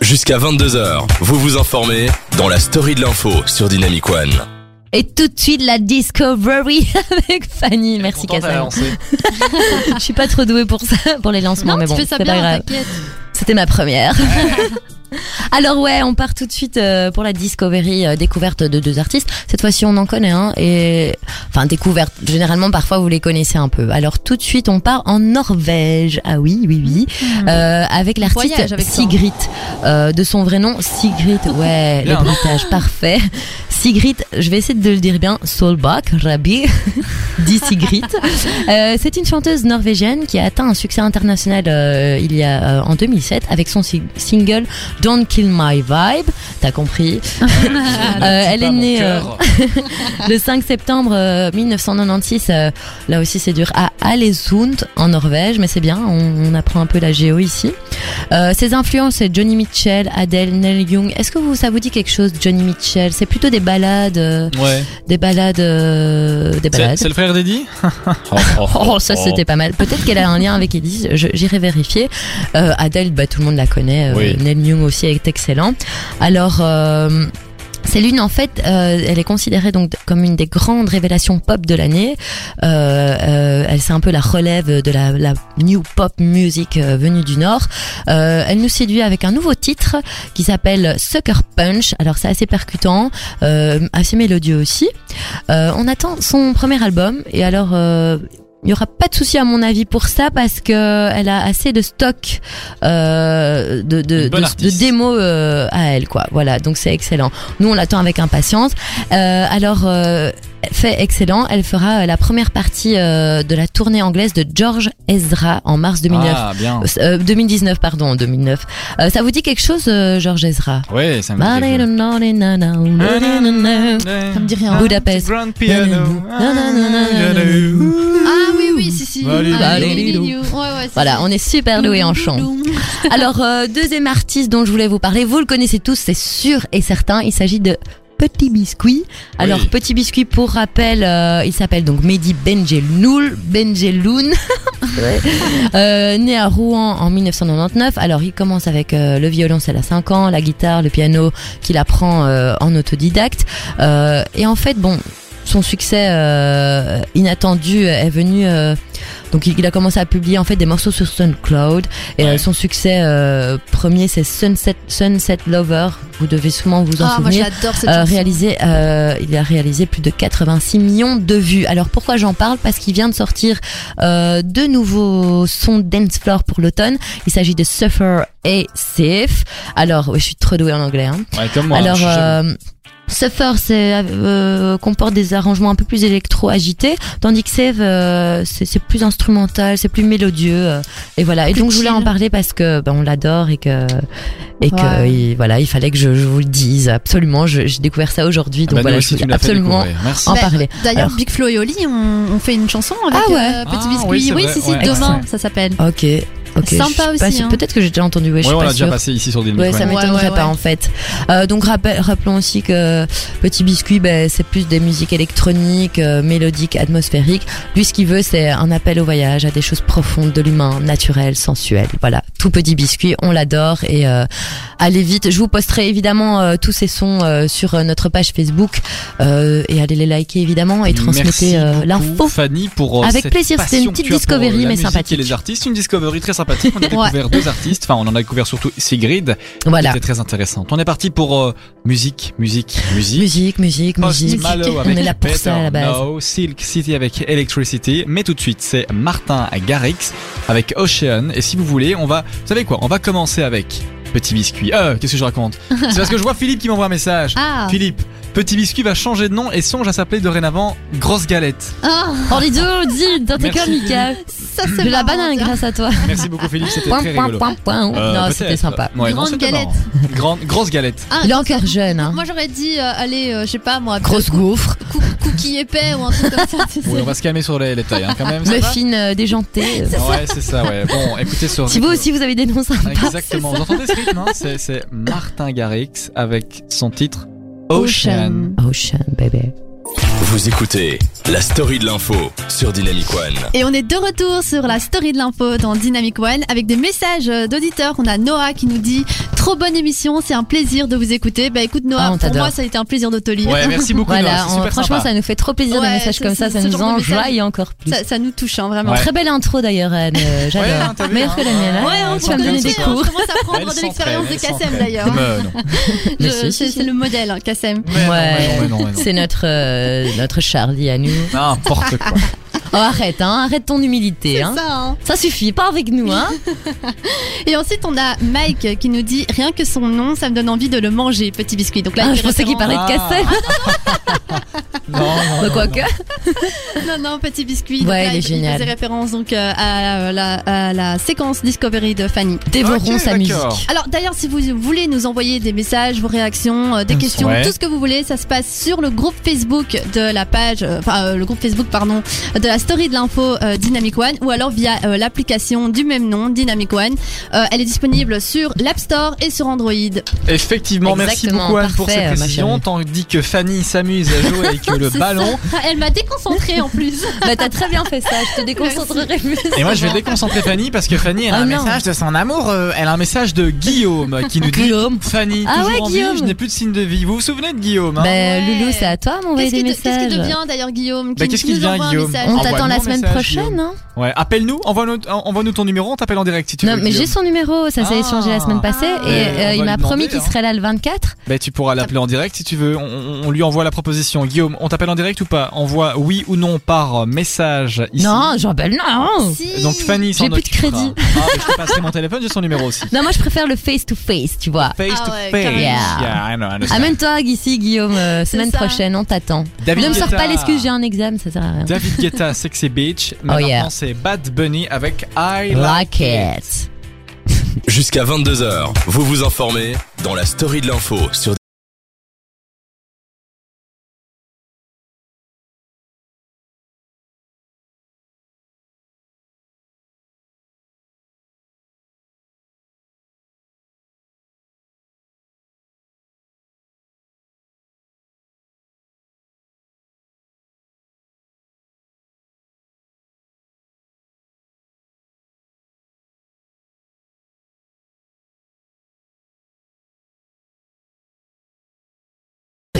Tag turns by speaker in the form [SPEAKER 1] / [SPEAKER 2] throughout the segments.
[SPEAKER 1] Jusqu'à 22h, vous vous informez dans la story de l'info sur Dynamic One.
[SPEAKER 2] Et tout de suite la Discovery avec Fanny. Merci
[SPEAKER 3] Content d'avoir
[SPEAKER 2] Cassandre.
[SPEAKER 3] lancé.
[SPEAKER 2] Je suis pas trop douée pour ça, pour les lancements,
[SPEAKER 4] Non,
[SPEAKER 2] mais
[SPEAKER 4] tu
[SPEAKER 2] bon,
[SPEAKER 4] fais ça
[SPEAKER 2] c'est
[SPEAKER 4] bien,
[SPEAKER 2] pas grave.
[SPEAKER 4] t'inquiète.
[SPEAKER 2] C'était ma première. Alors ouais, on part tout de suite euh, pour la Discovery euh, découverte de deux artistes. Cette fois-ci, on en connaît un et enfin découverte. Généralement, parfois vous les connaissez un peu. Alors tout de suite, on part en Norvège. Ah oui, oui, oui, Euh, avec l'artiste
[SPEAKER 4] Hmm. Voyage avec toi, hein.
[SPEAKER 2] Sigrid, euh, de son vrai nom Sigrid. Ouais, le
[SPEAKER 3] Bien.
[SPEAKER 2] bruitage parfait. Sigrid, je vais essayer de le dire bien. Solbak Rabi, dit Sigrid. Euh, c'est une chanteuse norvégienne qui a atteint un succès international euh, il y a euh, en 2007 avec son si- single Don't Kill My Vibe. T'as compris Euh, Elle est née euh, le 5 septembre euh, 1996. euh, là aussi, c'est dur à Alesund en Norvège, mais c'est bien. On, on apprend un peu la géo ici. Euh, ses influences, c'est Johnny Mitchell, Adele, Neil Young. Est-ce que vous, ça vous dit quelque chose, Johnny Mitchell C'est plutôt des balades, euh,
[SPEAKER 3] Ouais.
[SPEAKER 2] des balades, euh, des
[SPEAKER 3] C'est
[SPEAKER 2] balades.
[SPEAKER 3] c'est le frère d'Eddie oh,
[SPEAKER 2] Oh, ça c'était pas mal. Peut-être qu'elle a un lien avec Edith, je- j'irai vérifier. Euh, Adèle, bah, tout le monde la connaît. Euh,
[SPEAKER 3] Oui.
[SPEAKER 2] Neil Young aussi est excellent. Alors, euh, c'est l'une en fait, euh, elle est considérée donc comme une des grandes révélations pop de l'année. Euh, euh, elle c'est un peu la relève de la, la new pop music euh, venue du nord. Euh, elle nous séduit avec un nouveau titre qui s'appelle Sucker Punch. Alors c'est assez percutant, euh, assez mélodieux aussi. Euh, on attend son premier album et alors euh, il y aura pas de souci à mon avis pour ça parce que elle a assez de stock euh, de de,
[SPEAKER 3] Une
[SPEAKER 2] de-
[SPEAKER 3] bonne
[SPEAKER 2] de,
[SPEAKER 3] artiste.
[SPEAKER 2] démos euh, à elle quoi. Voilà donc c'est excellent. Nous on l'attend avec impatience. Euh, alors euh, fait excellent, elle fera euh, la première partie euh, de la tournée anglaise de George Ezra en mars 2009.
[SPEAKER 3] Ah, bien.
[SPEAKER 2] Euh, 2019 pardon 2009. Euh, ça vous dit quelque chose euh, George Ezra?
[SPEAKER 3] Ouais, ça me dit quelque chose.
[SPEAKER 2] Ça me dit rien. Budapest.
[SPEAKER 3] Grand piano.
[SPEAKER 4] Ah oui, oui, si, si.
[SPEAKER 3] Validou.
[SPEAKER 4] Ah, oui,
[SPEAKER 2] Validou.
[SPEAKER 4] Validou. Ouais, ouais, si,
[SPEAKER 2] Voilà,
[SPEAKER 4] si.
[SPEAKER 2] on est super doués en chant. Alors, euh, deuxième artiste dont je voulais vous parler, vous le connaissez tous, c'est sûr et certain, il s'agit de Petit Biscuit. Alors,
[SPEAKER 3] Oui.
[SPEAKER 2] Petit Biscuit, pour rappel, euh, il s'appelle donc Mehdi Benjeloul, Benjeloun, euh, né à Rouen en 1999. Alors, il commence avec euh, le violoncelle à 5 ans, la guitare, le piano, qu'il apprend euh, en autodidacte. Euh, et en fait, bon, son succès euh, inattendu est venu. euh, donc il il a commencé à publier en fait des morceaux sur SoundCloud et
[SPEAKER 3] Ouais.
[SPEAKER 2] euh, son succès euh, premier c'est Sunset Sunset Lover vous devez sûrement vous en
[SPEAKER 4] Ah, moi
[SPEAKER 2] souvenir
[SPEAKER 4] j'adore cette
[SPEAKER 2] euh,
[SPEAKER 4] chanson.
[SPEAKER 2] réalisé, euh, il a réalisé plus de 86 millions de vues. Alors pourquoi j'en parle Parce qu'il vient de sortir euh, deux nouveaux sons dance floor pour l'automne. Il s'agit de Suffer et Safe. Alors, ouais, je suis trop douée en anglais. Hein.
[SPEAKER 3] Ouais, comme moi.
[SPEAKER 2] Alors,
[SPEAKER 3] je suis jaloux.
[SPEAKER 2] euh, Suffer c'est, euh, comporte des arrangements un peu plus électro-agités, tandis que Save, euh, c'est c'est plus instrumental, c'est plus mélodieux. euh, et voilà. Et
[SPEAKER 4] Plus
[SPEAKER 2] donc, je voulais en
[SPEAKER 4] chill.
[SPEAKER 2] parler parce que ben, on l'adore et que. Et que
[SPEAKER 4] Ouais.
[SPEAKER 2] il- voilà, il fallait que je, je vous le dise absolument. Je- J'ai découvert ça aujourd'hui,
[SPEAKER 3] Ah
[SPEAKER 2] donc
[SPEAKER 3] bah,
[SPEAKER 2] voilà,
[SPEAKER 3] nous
[SPEAKER 2] je
[SPEAKER 3] aussi, tu
[SPEAKER 2] voulais
[SPEAKER 3] me l'as fait
[SPEAKER 2] absolument
[SPEAKER 3] découvrir. Merci.
[SPEAKER 2] en
[SPEAKER 4] Bah,
[SPEAKER 2] parler.
[SPEAKER 4] D'ailleurs,
[SPEAKER 2] Alors-
[SPEAKER 4] Big Flo et Oli, on, on fait une chanson avec
[SPEAKER 2] Ah ouais.
[SPEAKER 4] euh, Petit
[SPEAKER 3] Ah,
[SPEAKER 4] Biscuit.
[SPEAKER 3] oui, c'est vrai,
[SPEAKER 4] si, si,
[SPEAKER 3] ouais.
[SPEAKER 4] demain,
[SPEAKER 2] Excellent.
[SPEAKER 4] ça s'appelle.
[SPEAKER 2] Ok, ok.
[SPEAKER 4] Sympa
[SPEAKER 2] je suis pas
[SPEAKER 4] aussi,
[SPEAKER 2] sûre.
[SPEAKER 4] hein.
[SPEAKER 2] Peut-être que j'ai déjà entendu. Ouais, je suis
[SPEAKER 3] Ouais, on
[SPEAKER 2] pas
[SPEAKER 3] l'a déjà
[SPEAKER 2] sûre.
[SPEAKER 3] passé ici sur Dynamic
[SPEAKER 2] Ouais,
[SPEAKER 3] One.
[SPEAKER 2] ça
[SPEAKER 4] Ouais,
[SPEAKER 2] m'étonnerait
[SPEAKER 4] ouais, ouais.
[SPEAKER 2] pas en fait. Euh, donc rappel- rappelons aussi que Petit Biscuit, ben, c'est plus des musiques électroniques, euh, mélodiques, atmosphériques. Lui, ce qu'il veut, c'est un appel au voyage, à des choses profondes de l'humain, naturel, sensuel. Voilà, tout Petit Biscuit, on l'adore et euh, allez vite. Je vous posterai évidemment euh, tous ces sons euh, sur euh, notre page Facebook euh, et allez les liker évidemment et transmettez
[SPEAKER 3] Merci
[SPEAKER 2] euh,
[SPEAKER 3] beaucoup,
[SPEAKER 2] l'info.
[SPEAKER 3] Fanny pour euh,
[SPEAKER 2] Avec
[SPEAKER 3] cette
[SPEAKER 2] plaisir, c'était une
[SPEAKER 3] passion
[SPEAKER 2] petite
[SPEAKER 3] que tu as pour, euh,
[SPEAKER 2] discovery, mais
[SPEAKER 3] la musique
[SPEAKER 2] sympathique.
[SPEAKER 3] Et les artistes, une discovery très sympathique. On a découvert deux artistes. Enfin, on en a découvert surtout Sigrid.
[SPEAKER 2] Voilà,
[SPEAKER 3] C'était très intéressante. On est parti pour euh, musique, musique, musique.
[SPEAKER 2] musique, musique,
[SPEAKER 3] Post
[SPEAKER 2] musique.
[SPEAKER 3] Malo
[SPEAKER 2] On
[SPEAKER 3] avec
[SPEAKER 2] est là pour ça à la
[SPEAKER 3] Better
[SPEAKER 2] base.
[SPEAKER 3] Now, Silk City avec Electricity, mais tout de suite c'est Martin Garrix avec Ocean. Et si vous voulez, on va, vous savez quoi, on va commencer avec Petit Biscuit. Euh, qu'est-ce que je raconte C'est parce que je vois Philippe qui m'envoie un message.
[SPEAKER 4] Ah,
[SPEAKER 3] Philippe, Petit Biscuit va changer de nom et songe à s'appeler dorénavant Grosse Galette.
[SPEAKER 4] ah,
[SPEAKER 2] Oh les deux, dis, dans tes
[SPEAKER 3] Merci.
[SPEAKER 2] cas, Mika.
[SPEAKER 4] ça c'est
[SPEAKER 2] De la
[SPEAKER 4] marrant,
[SPEAKER 2] banane
[SPEAKER 4] ça.
[SPEAKER 2] grâce à toi.
[SPEAKER 3] Merci beaucoup Philippe, c'était
[SPEAKER 2] Point,
[SPEAKER 3] très
[SPEAKER 2] point,
[SPEAKER 3] rigolo.
[SPEAKER 2] point, point.
[SPEAKER 3] Euh,
[SPEAKER 2] non,
[SPEAKER 3] peut-être.
[SPEAKER 2] c'était sympa.
[SPEAKER 3] Ouais, non,
[SPEAKER 4] Grande
[SPEAKER 3] c'était
[SPEAKER 4] galette.
[SPEAKER 3] marrant. Grande, grosse galette.
[SPEAKER 4] Ah,
[SPEAKER 2] Il est encore jeune, hein.
[SPEAKER 4] Moi j'aurais dit, euh, allez, euh, je sais pas moi,
[SPEAKER 2] Grosse gouffre,
[SPEAKER 4] cou- cookie épais ou un truc comme ça. tu sais.
[SPEAKER 3] Oui, on va se calmer sur les, les tailles hein, quand même. ça va
[SPEAKER 2] muffin euh, déjanté. euh.
[SPEAKER 3] Ouais, c'est ça, ouais. Bon, écoutez, ce
[SPEAKER 2] Si vous aussi vous avez des noms sympas.
[SPEAKER 3] Ah, Exactement. Vous entendez ce rythme hein C'est c'est Martin Garrix avec son titre Ocean.
[SPEAKER 2] Ocean, baby.
[SPEAKER 1] Vous écoutez La story de l'info sur Dynamic One.
[SPEAKER 4] Et on est de retour sur la story de l'info dans Dynamic One avec des messages euh, d'auditeurs. On a Noah qui nous dit Trop bonne émission, c'est un plaisir de vous écouter. Bah écoute,
[SPEAKER 2] Ah,
[SPEAKER 4] Noah,
[SPEAKER 2] on
[SPEAKER 4] pour
[SPEAKER 2] t'adore.
[SPEAKER 4] moi, ça a été un plaisir de te lire.
[SPEAKER 3] Ouais, merci beaucoup.
[SPEAKER 2] Voilà,
[SPEAKER 3] Noah, c'est
[SPEAKER 2] on-
[SPEAKER 3] super
[SPEAKER 2] franchement,
[SPEAKER 3] sympa.
[SPEAKER 2] ça nous fait trop plaisir des
[SPEAKER 4] Ouais,
[SPEAKER 2] messages
[SPEAKER 4] ça,
[SPEAKER 2] comme ça,
[SPEAKER 4] c'est
[SPEAKER 2] ça
[SPEAKER 4] ce
[SPEAKER 2] nous
[SPEAKER 4] genre de message.
[SPEAKER 2] enjaille encore plus.
[SPEAKER 4] Ça, ça nous touche, hein, vraiment.
[SPEAKER 3] Ouais.
[SPEAKER 2] Très belle intro d'ailleurs, Anne. euh,
[SPEAKER 3] Ouais,
[SPEAKER 2] J'adore.
[SPEAKER 3] hein, t'as vu,
[SPEAKER 2] Meilleure que la
[SPEAKER 3] hein.
[SPEAKER 2] mienne.
[SPEAKER 4] Ouais,
[SPEAKER 2] hein.
[SPEAKER 4] on
[SPEAKER 2] tu vas me
[SPEAKER 3] comprend
[SPEAKER 2] donner
[SPEAKER 3] bien,
[SPEAKER 2] des
[SPEAKER 3] ça.
[SPEAKER 4] on
[SPEAKER 2] cours.
[SPEAKER 4] commence à prendre de l'expérience de Kassem d'ailleurs.
[SPEAKER 3] Mais non.
[SPEAKER 2] Mais
[SPEAKER 4] Je-
[SPEAKER 2] si, si,
[SPEAKER 4] C'est
[SPEAKER 2] si.
[SPEAKER 4] c'est le modèle, hein, Kassem.
[SPEAKER 3] Mais non,
[SPEAKER 2] Ouais.
[SPEAKER 3] mais non, mais non, mais non.
[SPEAKER 2] C'est notre, euh, notre Charlie à nous.
[SPEAKER 3] N'importe quoi.
[SPEAKER 2] Oh, arrête, hein, arrête ton humilité.
[SPEAKER 4] C'est
[SPEAKER 2] hein.
[SPEAKER 4] ça, hein.
[SPEAKER 2] Ça suffit, pas avec nous. Hein.
[SPEAKER 4] Et ensuite, on a Mike qui nous dit Rien que son nom, ça me donne envie de le manger, petit biscuit. Donc là, il
[SPEAKER 2] Ah,
[SPEAKER 4] fait
[SPEAKER 2] je pensais qu'il
[SPEAKER 4] référence-
[SPEAKER 2] parlait de
[SPEAKER 3] Ah.
[SPEAKER 2] Kassem.
[SPEAKER 3] Non, non,
[SPEAKER 2] Bah,
[SPEAKER 3] non,
[SPEAKER 2] Quoique.
[SPEAKER 4] Non, non, petit biscuit.
[SPEAKER 2] Ouais,
[SPEAKER 4] Donc là,
[SPEAKER 2] il est génial.
[SPEAKER 4] faisait référence donc euh, à, la, à la séquence Discovery de Fanny.
[SPEAKER 2] Dévorons
[SPEAKER 3] Ok,
[SPEAKER 2] sa musique.
[SPEAKER 3] d'accord.
[SPEAKER 4] Alors d'ailleurs, si vous voulez nous envoyer des messages, vos réactions, euh, des
[SPEAKER 3] Ouais.
[SPEAKER 4] questions, tout ce que vous voulez, ça se passe sur le groupe Facebook de la page, euh, enfin euh, le groupe Facebook pardon, de la story de l'info euh, Dynamic One, ou alors via euh, l'application du même nom Dynamic One. Euh, elle est disponible sur l'App Store et sur Android.
[SPEAKER 3] Effectivement, merci
[SPEAKER 2] Exactement,
[SPEAKER 3] beaucoup Anne pour
[SPEAKER 2] parfait,
[SPEAKER 3] cette
[SPEAKER 2] ma
[SPEAKER 3] précision.
[SPEAKER 2] chérie.
[SPEAKER 3] Tandis que Fanny s'amuse à jouer avec euh, le
[SPEAKER 4] C'est
[SPEAKER 3] ballon.
[SPEAKER 4] ça. Elle m'a déconcentrée en plus.
[SPEAKER 2] Bah, t'as très bien fait ça, je te déconcentrerai plus.
[SPEAKER 3] Et moi, je vais déconcentrer Fanny parce que Fanny, elle a
[SPEAKER 2] Ah
[SPEAKER 3] un
[SPEAKER 2] non.
[SPEAKER 3] message de son amour. euh, elle a un message de Guillaume qui nous dit
[SPEAKER 2] Guillaume.
[SPEAKER 3] Fanny,
[SPEAKER 2] Ah
[SPEAKER 3] toujours
[SPEAKER 2] ouais,
[SPEAKER 3] en
[SPEAKER 2] Guillaume.
[SPEAKER 3] vie, je n'ai plus de signe de vie. Vous vous souvenez de Guillaume hein
[SPEAKER 2] Bah,
[SPEAKER 4] Ouais.
[SPEAKER 2] Loulou, c'est à toi de m'envoyer
[SPEAKER 4] Qu'est-ce
[SPEAKER 2] des
[SPEAKER 4] qui, de- qu'est-ce qui
[SPEAKER 2] messages.
[SPEAKER 4] devient d'ailleurs Guillaume
[SPEAKER 3] Bah, qu'est-ce qui
[SPEAKER 4] nous
[SPEAKER 3] devient,
[SPEAKER 4] envoie un
[SPEAKER 3] Guillaume
[SPEAKER 4] message
[SPEAKER 2] On
[SPEAKER 3] Envoie-nous
[SPEAKER 2] t'attend
[SPEAKER 3] un
[SPEAKER 2] la semaine
[SPEAKER 3] message,
[SPEAKER 2] prochaine, hein
[SPEAKER 3] Ouais, appelle-nous, envoie-nous envoie ton numéro, on t'appelle en direct si tu
[SPEAKER 2] Non,
[SPEAKER 3] veux.
[SPEAKER 2] mais j'ai
[SPEAKER 3] Guillaume.
[SPEAKER 2] son numéro, ça s'est
[SPEAKER 3] Ah.
[SPEAKER 2] échangé la semaine passée et
[SPEAKER 4] Ah.
[SPEAKER 3] Mais
[SPEAKER 2] euh,
[SPEAKER 3] on
[SPEAKER 2] il
[SPEAKER 3] va
[SPEAKER 2] m'a
[SPEAKER 3] lui
[SPEAKER 2] promis
[SPEAKER 3] demander,
[SPEAKER 2] qu'il
[SPEAKER 3] hein.
[SPEAKER 2] serait là le 24.
[SPEAKER 3] Bah, tu pourras l'appeler en direct si tu veux. On, on- on lui envoie la proposition. Guillaume, on t'appelle en direct ou pas Envoie oui ou non par message ici.
[SPEAKER 2] Non, j'appelle non.
[SPEAKER 4] Si.
[SPEAKER 3] Donc Fanny, s'en
[SPEAKER 2] J'ai plus de
[SPEAKER 3] occupera.
[SPEAKER 2] crédit. Ah
[SPEAKER 3] Ah, mais je te passerai mon téléphone, j'ai son numéro aussi.
[SPEAKER 2] Non, moi je préfère le face to face, tu vois.
[SPEAKER 3] Face
[SPEAKER 4] Ah
[SPEAKER 3] to
[SPEAKER 4] ouais,
[SPEAKER 3] face.
[SPEAKER 4] carrément.
[SPEAKER 2] Yeah.
[SPEAKER 3] Yeah, I know, I understand.
[SPEAKER 2] Amène-toi ici, Guillaume, euh, semaine
[SPEAKER 4] ça.
[SPEAKER 2] prochaine, on t'attend.
[SPEAKER 3] David
[SPEAKER 2] Ne me sors
[SPEAKER 3] Guetta.
[SPEAKER 2] pas l'excuse, j'ai un examen, ça sert à rien.
[SPEAKER 3] David Guetta, Sexy Beach. Maintenant,
[SPEAKER 2] yeah.
[SPEAKER 3] c'est Bad Bunny avec I
[SPEAKER 2] Like it.
[SPEAKER 1] Jusqu'à 22h, vous vous informez dans la story de l'info sur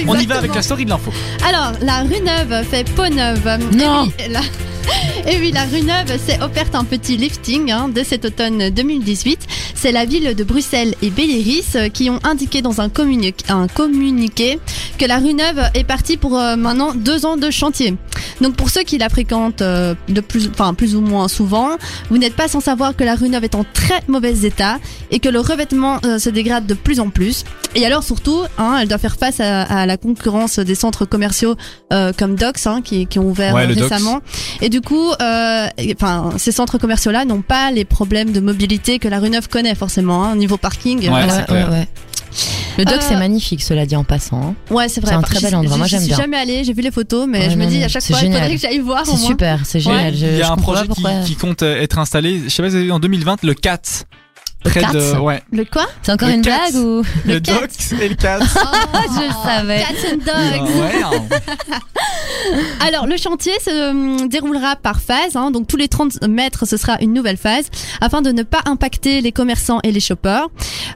[SPEAKER 3] On y va avec
[SPEAKER 4] Exactement.
[SPEAKER 3] la story de l'info.
[SPEAKER 4] Alors, la rue Neuve fait peau neuve.
[SPEAKER 2] Non.
[SPEAKER 4] Et oui, la... et oui, la rue Neuve s'est offerte un petit lifting hein, dès cet automne 2018. C'est la ville de Bruxelles et Belléris euh, qui ont indiqué dans un, communi- un communiqué que la rue Neuve est partie pour euh, maintenant deux ans de chantier. Donc pour ceux qui la fréquentent euh, de plus, enfin, plus ou moins souvent, vous n'êtes pas sans savoir que la rue Neuve est en très mauvais état et que le revêtement euh, se dégrade de plus en plus. Et alors surtout, hein, elle doit faire face à, à la concurrence des centres commerciaux euh, comme Docs hein, qui, qui ont ouvert
[SPEAKER 3] Ouais,
[SPEAKER 4] euh,
[SPEAKER 3] le Dox.
[SPEAKER 4] récemment. Et du coup, euh, et- enfin, ces centres commerciaux-là n'ont pas les problèbles de mobilité que la rue Neuve connaît forcément, hein, niveau parking.
[SPEAKER 3] Ouais,
[SPEAKER 2] Ouais,
[SPEAKER 3] Ah, c'est
[SPEAKER 2] ouais,
[SPEAKER 3] clair.
[SPEAKER 2] ouais. Le doc,
[SPEAKER 4] Euh,
[SPEAKER 2] c'est magnifique, cela dit en passant. hein.
[SPEAKER 4] Ouais, c'est vrai.
[SPEAKER 2] C'est un
[SPEAKER 4] Enfin,
[SPEAKER 2] très
[SPEAKER 4] j'y
[SPEAKER 2] bel
[SPEAKER 4] suis-
[SPEAKER 2] endroit. Moi,
[SPEAKER 4] j'y
[SPEAKER 2] j'aime
[SPEAKER 4] suis
[SPEAKER 2] bien.
[SPEAKER 4] jamais allée, j'ai vu les photos, mais
[SPEAKER 2] Ouais,
[SPEAKER 4] je me
[SPEAKER 2] non,
[SPEAKER 4] dis
[SPEAKER 2] non,
[SPEAKER 4] à chaque
[SPEAKER 2] c'est
[SPEAKER 4] fois, il
[SPEAKER 2] génial.
[SPEAKER 4] faudrait que j'aille
[SPEAKER 3] Ah,
[SPEAKER 4] voir au
[SPEAKER 2] C'est
[SPEAKER 4] moins.
[SPEAKER 2] super, c'est génial. Je,
[SPEAKER 3] Il y
[SPEAKER 2] je
[SPEAKER 3] a un
[SPEAKER 2] comprends
[SPEAKER 3] projet
[SPEAKER 2] pas
[SPEAKER 3] qui,
[SPEAKER 2] pourquoi-
[SPEAKER 3] qui compte euh, être installé. Je sais pas si vous avez vu en 2020 le 4.
[SPEAKER 2] Le
[SPEAKER 3] Près de
[SPEAKER 2] Cats
[SPEAKER 3] ouais.
[SPEAKER 4] Le quoi
[SPEAKER 2] C'est encore
[SPEAKER 3] Le
[SPEAKER 2] une
[SPEAKER 3] Cats.
[SPEAKER 2] blague ou
[SPEAKER 3] Le,
[SPEAKER 4] Le Cats.
[SPEAKER 3] Dox et le 4.
[SPEAKER 2] Je le savais.
[SPEAKER 4] Ah. Cats and Dogs.
[SPEAKER 3] hein.
[SPEAKER 4] Alors, le chantier se euh, déroulera par phase. hein. donc, tous les 30 mètres, ce sera une nouvelle phase afin de ne pas impacter les commerçants et les shoppers.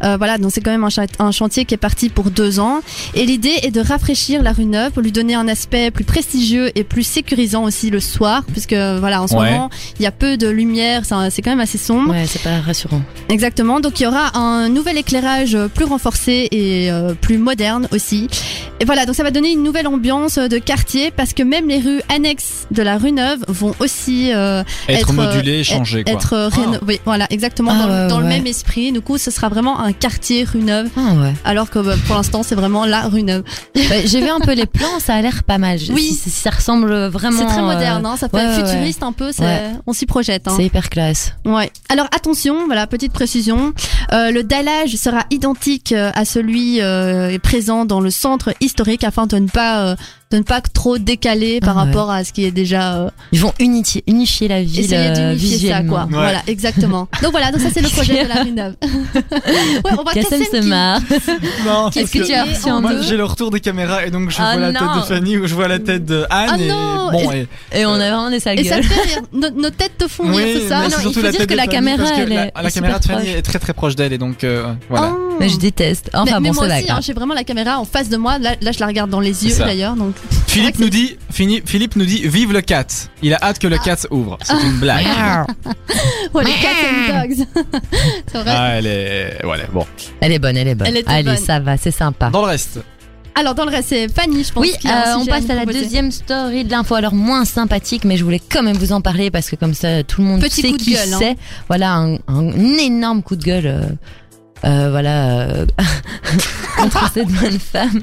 [SPEAKER 4] Euh, voilà, donc c'est quand même un, cha- un chantier qui est parti pour deux ans. Et l'idée est de rafraîchir la rue Neuve pour lui donner un aspect plus prestigieux et plus sécurisant aussi le soir, puisque voilà, en ce
[SPEAKER 3] Ouais.
[SPEAKER 4] moment, il y a peu de lumière, c'est un- c'est quand même assez
[SPEAKER 3] Mmh.
[SPEAKER 4] sombre.
[SPEAKER 2] Ouais, c'est pas rassurant.
[SPEAKER 4] Exactement, donc il y aura un nouvel éclairage euh, plus renforcé et euh, plus moderne aussi. Et voilà, donc ça va donner une nouvelle ambiance euh, de quartier parce que même les rues annexes de la rue Neuve vont aussi euh,
[SPEAKER 3] Être
[SPEAKER 4] Être, euh,
[SPEAKER 3] modulé, changé quoi.
[SPEAKER 4] être rénovées. Voilà, exactement,
[SPEAKER 2] Ah,
[SPEAKER 4] dans, le-
[SPEAKER 2] ouais,
[SPEAKER 4] dans le
[SPEAKER 2] ouais.
[SPEAKER 4] même esprit. Du coup, ce sera vraiment un quartier rue Neuve
[SPEAKER 2] Ah ouais.
[SPEAKER 4] alors que bah, pour l'instant, c'est vraiment la rue Neuve.
[SPEAKER 2] Bah, J'ai vu un peu les plans, ça a l'air pas mal. Je-
[SPEAKER 4] Oui.
[SPEAKER 2] si- si ça ressemble vraiment.
[SPEAKER 4] C'est très
[SPEAKER 2] euh,
[SPEAKER 4] moderne, hein, ça fait
[SPEAKER 2] ouais, ouais,
[SPEAKER 4] futuriste un peu, c'est-
[SPEAKER 2] Ouais.
[SPEAKER 4] on s'y projette. hein.
[SPEAKER 2] euh, C'est hyper classe.
[SPEAKER 4] Ouais. Alors attention, voilà petite précision. Euh, le dallage sera identique euh, à celui euh, présent dans le centre historique afin de ne pas euh, de ne pas trop décaler par
[SPEAKER 2] Ah ouais.
[SPEAKER 4] rapport à ce qui est déjà euh,
[SPEAKER 2] Ils vont unifier, unifier la ville
[SPEAKER 4] essayer
[SPEAKER 2] euh,
[SPEAKER 4] d'unifier ça
[SPEAKER 2] visuellement.
[SPEAKER 4] quoi. Voilà, exactement. Donc voilà, donc ça c'est le projet de la rue neuve. ouais, on voit
[SPEAKER 2] Kassem
[SPEAKER 4] Kassem
[SPEAKER 2] se
[SPEAKER 4] qui-
[SPEAKER 2] marre.
[SPEAKER 3] Non,
[SPEAKER 2] Qu'est-ce
[SPEAKER 3] parce
[SPEAKER 2] que tu as reçu en
[SPEAKER 4] Moi,
[SPEAKER 2] deux
[SPEAKER 3] J'ai le retour des caméras et donc je
[SPEAKER 2] Ah
[SPEAKER 3] vois la
[SPEAKER 2] non.
[SPEAKER 3] tête de Fanny ou je vois la tête de Anne
[SPEAKER 4] Ah
[SPEAKER 3] et
[SPEAKER 4] non.
[SPEAKER 3] bon et-
[SPEAKER 2] Et on a vraiment des sales
[SPEAKER 4] Et ça
[SPEAKER 2] gueules.
[SPEAKER 4] te fait rire. Nos, nos têtes te font rire, c'est ça
[SPEAKER 3] mais
[SPEAKER 2] non,
[SPEAKER 3] c'est
[SPEAKER 2] il
[SPEAKER 3] surtout
[SPEAKER 2] faut
[SPEAKER 3] la
[SPEAKER 2] dire
[SPEAKER 3] tête
[SPEAKER 2] que
[SPEAKER 3] de
[SPEAKER 2] la
[SPEAKER 3] Fanny,
[SPEAKER 2] caméra,
[SPEAKER 3] parce que
[SPEAKER 2] elle
[SPEAKER 3] la,
[SPEAKER 2] est-
[SPEAKER 3] la
[SPEAKER 2] elle est
[SPEAKER 3] caméra de
[SPEAKER 2] super
[SPEAKER 3] Fanny
[SPEAKER 2] proche.
[SPEAKER 3] est très très proche d'elle et donc euh, voilà.
[SPEAKER 4] Oh.
[SPEAKER 2] Mais je déteste.
[SPEAKER 4] Mais-
[SPEAKER 2] Enfin
[SPEAKER 4] mais
[SPEAKER 2] bon,
[SPEAKER 4] moi
[SPEAKER 2] c'est la
[SPEAKER 4] aussi, hein, j'ai vraiment la caméra en face de moi. Là, là, je la regarde dans les
[SPEAKER 3] C'est
[SPEAKER 4] yeux
[SPEAKER 3] ça.
[SPEAKER 4] d'ailleurs. Donc,
[SPEAKER 2] Oh,
[SPEAKER 3] Philippe nous dit Fini- Philippe nous dit vive le cat. Il a hâte que le cat ouvre. C'est une blague.
[SPEAKER 2] Ah.
[SPEAKER 4] ouais, les cats and dogs. c'est vrai.
[SPEAKER 3] Ah, elle est voilà, bon.
[SPEAKER 2] Elle est bonne, elle est bonne.
[SPEAKER 4] hein. Elle était
[SPEAKER 2] Allez,
[SPEAKER 4] bonne.
[SPEAKER 2] ça va, c'est sympa.
[SPEAKER 3] Dans le reste,
[SPEAKER 4] Alors, dans le reste, c'est Fanny, je pense.
[SPEAKER 2] Oui,
[SPEAKER 4] qui a un
[SPEAKER 2] euh, on
[SPEAKER 4] sujet
[SPEAKER 2] passe à la
[SPEAKER 4] nous proposer.
[SPEAKER 2] deuxième story de l'info, alors moins sympathique, mais je voulais quand même vous en parler parce que comme ça, tout le monde
[SPEAKER 4] Petit
[SPEAKER 2] sait
[SPEAKER 4] coup de
[SPEAKER 2] qui
[SPEAKER 4] gueule, hein.
[SPEAKER 2] c'est. Voilà, un, un énorme coup de gueule. euh, euh, voilà, euh, contre cette bonne femme.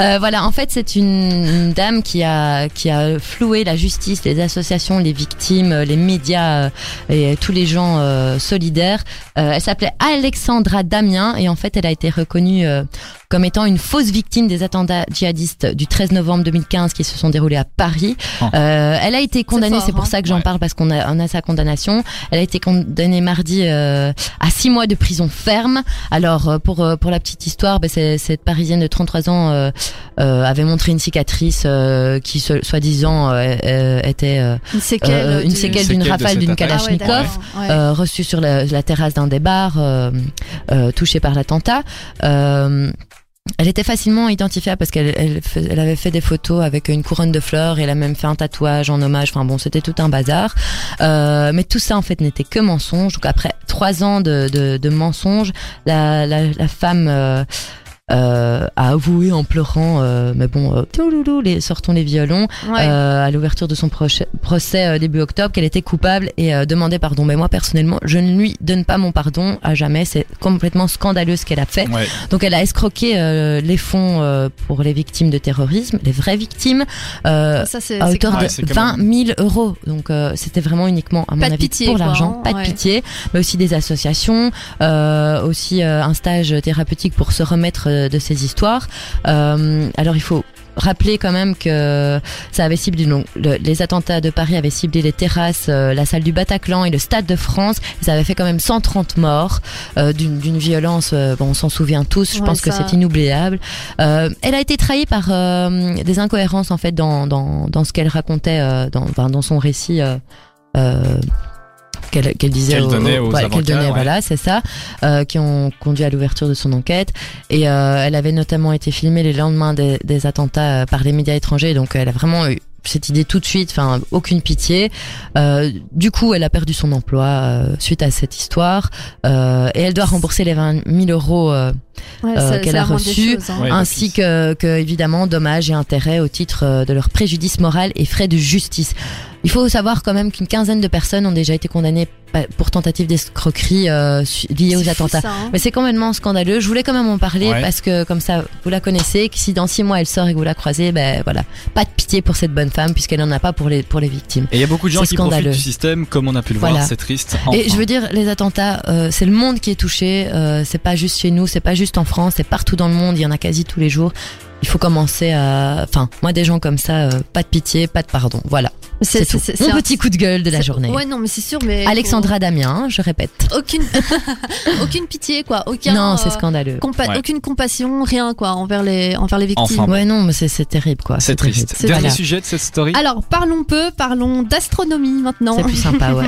[SPEAKER 2] Euh, voilà, en fait, c'est une dame qui a qui a floué la justice, les associations, les victimes, euh, les médias euh, et tous les gens euh, solidaires. Euh, elle s'appelait Alexandra Damien et en fait, elle a été reconnue euh, comme étant une fausse victime des attentats djihadistes du 13 novembre 2015 qui se sont déroulés à Paris.
[SPEAKER 3] Oh.
[SPEAKER 2] Euh, elle a été condamnée,
[SPEAKER 4] fort,
[SPEAKER 2] c'est pour
[SPEAKER 4] hein.
[SPEAKER 2] ça que j'en
[SPEAKER 3] Ouais.
[SPEAKER 2] parle parce qu'on a, on a sa condamnation. Elle a été condamnée mardi euh, à six mois de prison ferme. Alors euh, pour euh, pour la petite histoire, bah, c'est- cette Parisienne de 33 ans euh, euh, avait montré une cicatrice euh, qui se- soi-disant euh, euh, était euh,
[SPEAKER 4] Une séquelle.
[SPEAKER 2] euh, une
[SPEAKER 4] du-
[SPEAKER 2] séquelle
[SPEAKER 3] Une
[SPEAKER 2] d'une
[SPEAKER 3] séquelle de
[SPEAKER 2] rafale
[SPEAKER 3] cette
[SPEAKER 2] d'une
[SPEAKER 3] attaque.
[SPEAKER 4] Ah ouais,
[SPEAKER 2] Kalachnikov.
[SPEAKER 4] d'accord. Ouais.
[SPEAKER 2] Euh, reçu sur la, la terrasse d'un des bars euh, euh, touché par l'attentat. Euh, elle était facilement identifiable parce qu'elle elle, fais- elle avait fait des photos avec une couronne de fleurs, elle a même fait un tatouage en hommage, enfin bon, c'était tout un bazar. Euh, mais tout ça en fait n'était que mensonge. Donc après trois ans de, de, de mensonges, la, la, la femme euh, euh, a avoué en pleurant, euh, mais bon, euh, touloulou, les, sortons les violons,
[SPEAKER 4] Ouais.
[SPEAKER 2] euh, à l'ouverture de son proche- procès euh, début octobre qu'elle était coupable et euh, demandait pardon. Mais moi personnellement, je ne lui donne pas mon pardon à jamais. C'est complètement scandaleux ce qu'elle a fait.
[SPEAKER 3] ouais.
[SPEAKER 2] Donc elle a escroqué euh, les fonds euh, pour les victimes de terrorisme, les vraies victimes, euh,
[SPEAKER 4] Ça, c'est.
[SPEAKER 2] à
[SPEAKER 4] c'est
[SPEAKER 2] hauteur
[SPEAKER 4] grave.
[SPEAKER 3] Ouais,
[SPEAKER 2] de
[SPEAKER 3] c'est quand
[SPEAKER 2] 20 000 euros. Donc euh, c'était vraiment uniquement, à mon
[SPEAKER 4] Pas de
[SPEAKER 2] avis,
[SPEAKER 4] pitié,
[SPEAKER 2] pour
[SPEAKER 4] quoi,
[SPEAKER 2] l'argent,
[SPEAKER 4] hein,
[SPEAKER 2] pas de
[SPEAKER 4] ouais.
[SPEAKER 2] pitié, mais aussi des associations, euh, aussi euh, un stage thérapeutique pour se remettre euh, de ces histoires. Euh, alors il faut rappeler quand même que ça avait ciblé donc, le- les attentats de Paris avaient ciblé les terrasses, euh, la salle du Bataclan et le stade de France. Ils avaient fait quand même 130 morts euh, d'une d'une violence. euh, bon, on s'en souvient tous. Je
[SPEAKER 4] Ouais,
[SPEAKER 2] pense que
[SPEAKER 4] ça-
[SPEAKER 2] c'est inoubliable. Euh, elle a été trahie par euh, des incohérences en fait dans dans, dans ce qu'elle racontait euh, dans enfin, dans son récit. euh, euh, qu'elle qu'elle disait
[SPEAKER 3] Qu'elle
[SPEAKER 2] aux-
[SPEAKER 3] donnait aux
[SPEAKER 2] ouais, qu'elle
[SPEAKER 3] avocats,
[SPEAKER 2] donnait,
[SPEAKER 3] ouais.
[SPEAKER 2] voilà c'est ça euh, qui ont conduit à l'ouverture de son enquête et euh, elle avait notamment été filmée les lendemains des, des attentats euh, par les médias étrangers donc elle a vraiment eu cette idée tout de suite enfin aucune pitié Euh, du coup elle a perdu son emploi euh, suite à cette histoire euh, et elle doit rembourser les 20 000 euros euh,
[SPEAKER 4] Ouais,
[SPEAKER 2] euh,
[SPEAKER 4] ça-
[SPEAKER 2] qu'elle
[SPEAKER 4] ça
[SPEAKER 2] a
[SPEAKER 4] rend des
[SPEAKER 2] reçu.
[SPEAKER 4] choses, hein.
[SPEAKER 3] Ouais.
[SPEAKER 2] ainsi que, que évidemment dommages et intérêts au titre euh, de leur préjudice moral et frais de justice. Il faut savoir quand même qu'une quinzaine de personnes ont déjà été condamnées pa- pour tentative d'escroquerie euh, su- liée
[SPEAKER 4] C'est
[SPEAKER 2] aux
[SPEAKER 4] fou,
[SPEAKER 2] attentats.
[SPEAKER 4] ça, hein.
[SPEAKER 2] Mais c'est complètement scandaleux. Je voulais quand même en parler
[SPEAKER 3] Ouais.
[SPEAKER 2] parce que comme ça, vous la connaissez. Que si dans six mois elle sort et que vous la croisez, ben voilà, pas de pitié pour cette bonne femme puisqu'elle n'en a pas pour les pour les victimes.
[SPEAKER 3] Et il y a beaucoup de gens
[SPEAKER 2] C'est
[SPEAKER 3] qui profitent
[SPEAKER 2] scandaleux.
[SPEAKER 3] du système, comme on a pu le voir,
[SPEAKER 2] Voilà.
[SPEAKER 3] c'est triste. enfin.
[SPEAKER 2] Et je veux dire, les attentats, euh, c'est le monde qui est touché. euh, c'est pas juste chez nous, c'est pas juste en France, c'est partout dans le monde. Il y en a quasi tous les jours. Il faut commencer à. Enfin, moi, des gens comme ça, euh, pas de pitié, pas de pardon. Voilà. C'est tout.
[SPEAKER 4] c'est-
[SPEAKER 2] Mon
[SPEAKER 4] c'est un-
[SPEAKER 2] petit coup de gueule de la
[SPEAKER 4] c'est-
[SPEAKER 2] journée.
[SPEAKER 4] Ouais, non, mais c'est sûr, mais.
[SPEAKER 2] Alexandra Damien, je répète.
[SPEAKER 4] Faut- Aucune. Aucune pitié, quoi. Aucun.
[SPEAKER 2] Non, c'est
[SPEAKER 4] euh,
[SPEAKER 2] scandaleux.
[SPEAKER 4] compa-
[SPEAKER 3] Ouais.
[SPEAKER 4] Aucune compassion, rien, quoi, envers les, envers les victimes.
[SPEAKER 3] Enfin,
[SPEAKER 2] Ouais, non, mais c'est- c'est terrible, quoi.
[SPEAKER 3] C'est triste.
[SPEAKER 2] terrible.
[SPEAKER 3] Dernier
[SPEAKER 2] Voilà.
[SPEAKER 3] sujet de cette story.
[SPEAKER 4] Alors, parlons peu, parlons d'astronomie maintenant.
[SPEAKER 2] C'est plus sympa, ouais.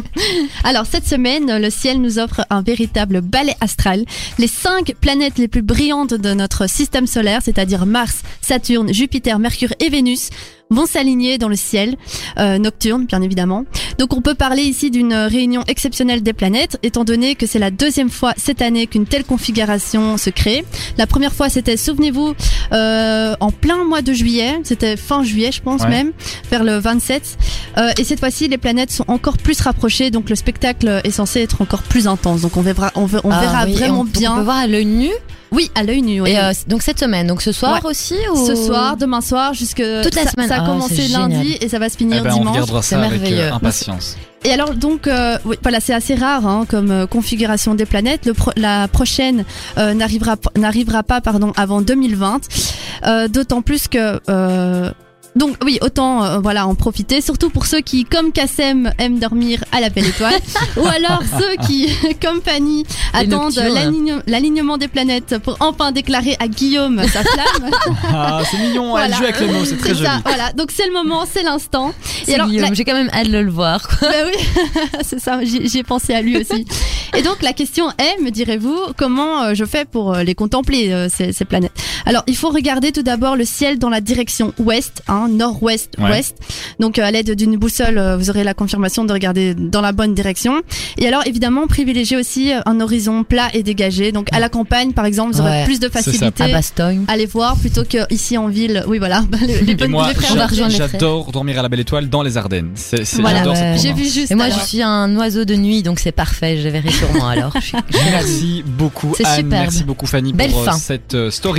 [SPEAKER 4] Alors, cette semaine, le ciel nous offre un véritable ballet astral. Les cinq planètes les plus brillantes de notre système solaire, c'est-à-dire Mars, Saturne, Jupiter, Mercure et Vénus, vont s'aligner dans le ciel euh, nocturne, bien évidemment. Donc, on peut parler ici d'une réunion exceptionnelle des planètes, étant donné que c'est la deuxième fois cette année qu'une telle configuration se crée. La première fois, c'était, souvenez-vous, euh, en plein mois de juillet, c'était fin juillet, je pense
[SPEAKER 3] Ouais.
[SPEAKER 4] même, vers le 27. Euh, et cette fois-ci, les planètes sont encore plus rapprochées, donc le spectacle est censé être encore plus intense. Donc on verra, on, ve- on
[SPEAKER 2] Ah
[SPEAKER 4] verra
[SPEAKER 2] oui,
[SPEAKER 4] vraiment
[SPEAKER 2] on- on
[SPEAKER 4] bien.
[SPEAKER 2] peut voir à l'œil nu
[SPEAKER 4] Oui, à l'œil nu. oui.
[SPEAKER 2] Et euh, c- donc cette semaine, donc ce soir aussi ou...
[SPEAKER 4] ce soir, demain soir, jusque
[SPEAKER 2] Oh. Toute la
[SPEAKER 4] ça-
[SPEAKER 2] semaine.
[SPEAKER 4] Ça a
[SPEAKER 2] Ah,
[SPEAKER 4] commencé
[SPEAKER 2] c'est
[SPEAKER 4] lundi
[SPEAKER 2] génial.
[SPEAKER 4] et ça va se
[SPEAKER 3] Eh
[SPEAKER 4] finir
[SPEAKER 3] ben, on
[SPEAKER 4] dimanche.
[SPEAKER 3] regardera ça
[SPEAKER 2] c'est
[SPEAKER 3] avec euh,
[SPEAKER 2] merveilleux.
[SPEAKER 3] impatience.
[SPEAKER 4] Et alors donc, euh, oui, voilà, c'est assez rare hein, comme euh, configuration des planètes. Le pro- la prochaine euh, n'arrivera p- n'arrivera pas pardon avant 2020. Euh, D'autant plus que euh, donc oui, autant euh, voilà en profiter, surtout pour ceux qui, comme Kassem, aiment dormir à la belle étoile, ou alors ceux qui, comme Fanny,
[SPEAKER 2] Les
[SPEAKER 4] attendent
[SPEAKER 2] nocturnes.
[SPEAKER 4] l'aligne- l'alignement des planètes pour enfin déclarer à Guillaume sa flamme.
[SPEAKER 3] Ah, c'est mignon, elle
[SPEAKER 4] Voilà.
[SPEAKER 3] joue avec les mots, c'est très joli.
[SPEAKER 4] ça, voilà. Donc c'est le moment, c'est euh, l'instant.
[SPEAKER 2] C'est
[SPEAKER 4] alors,
[SPEAKER 2] Guillaume,
[SPEAKER 4] la-
[SPEAKER 2] j'ai quand même hâte de le voir. quoi.
[SPEAKER 4] Bah oui, c'est ça, j'y j'y ai pensé à lui aussi. Et donc la question est, me direz-vous, comment euh, je fais pour euh, les contempler, euh, ces, ces planètes Alors il faut regarder tout d'abord le ciel dans la direction ouest, hein, nord-ouest,
[SPEAKER 3] Ouais.
[SPEAKER 4] ouest. Donc euh, à l'aide d'une boussole, euh, vous aurez la confirmation de regarder dans la bonne direction. Et alors évidemment, privilégiez aussi euh, un horizon plat et dégagé. Donc à la campagne, par exemple, vous aurez
[SPEAKER 2] Ouais.
[SPEAKER 4] plus de
[SPEAKER 3] C'est ça. Ah bah,
[SPEAKER 4] facilité.
[SPEAKER 2] À Bastogne.
[SPEAKER 4] à les voir plutôt que ici en ville. Oui, voilà. Les, les
[SPEAKER 3] Et
[SPEAKER 4] bonnes-
[SPEAKER 3] moi,
[SPEAKER 4] les frères
[SPEAKER 2] on va
[SPEAKER 3] j'a-
[SPEAKER 2] rejoindre les frères.
[SPEAKER 3] j'adore dormir à la belle étoile dans les Ardennes. C'est, c'est-
[SPEAKER 4] Voilà,
[SPEAKER 3] j'adore cette
[SPEAKER 2] ouais.
[SPEAKER 4] J'ai
[SPEAKER 3] tendance.
[SPEAKER 4] vu juste.
[SPEAKER 2] Euh, Et moi,
[SPEAKER 4] alors.
[SPEAKER 2] je suis un oiseau de nuit, donc c'est parfait. Je les verrai sûrement alors. Je suis-
[SPEAKER 3] Merci beaucoup
[SPEAKER 2] C'est
[SPEAKER 3] Anne,
[SPEAKER 2] superbe.
[SPEAKER 3] merci beaucoup Fanny
[SPEAKER 2] Belle
[SPEAKER 3] pour euh,
[SPEAKER 2] fin.
[SPEAKER 3] cette euh, story.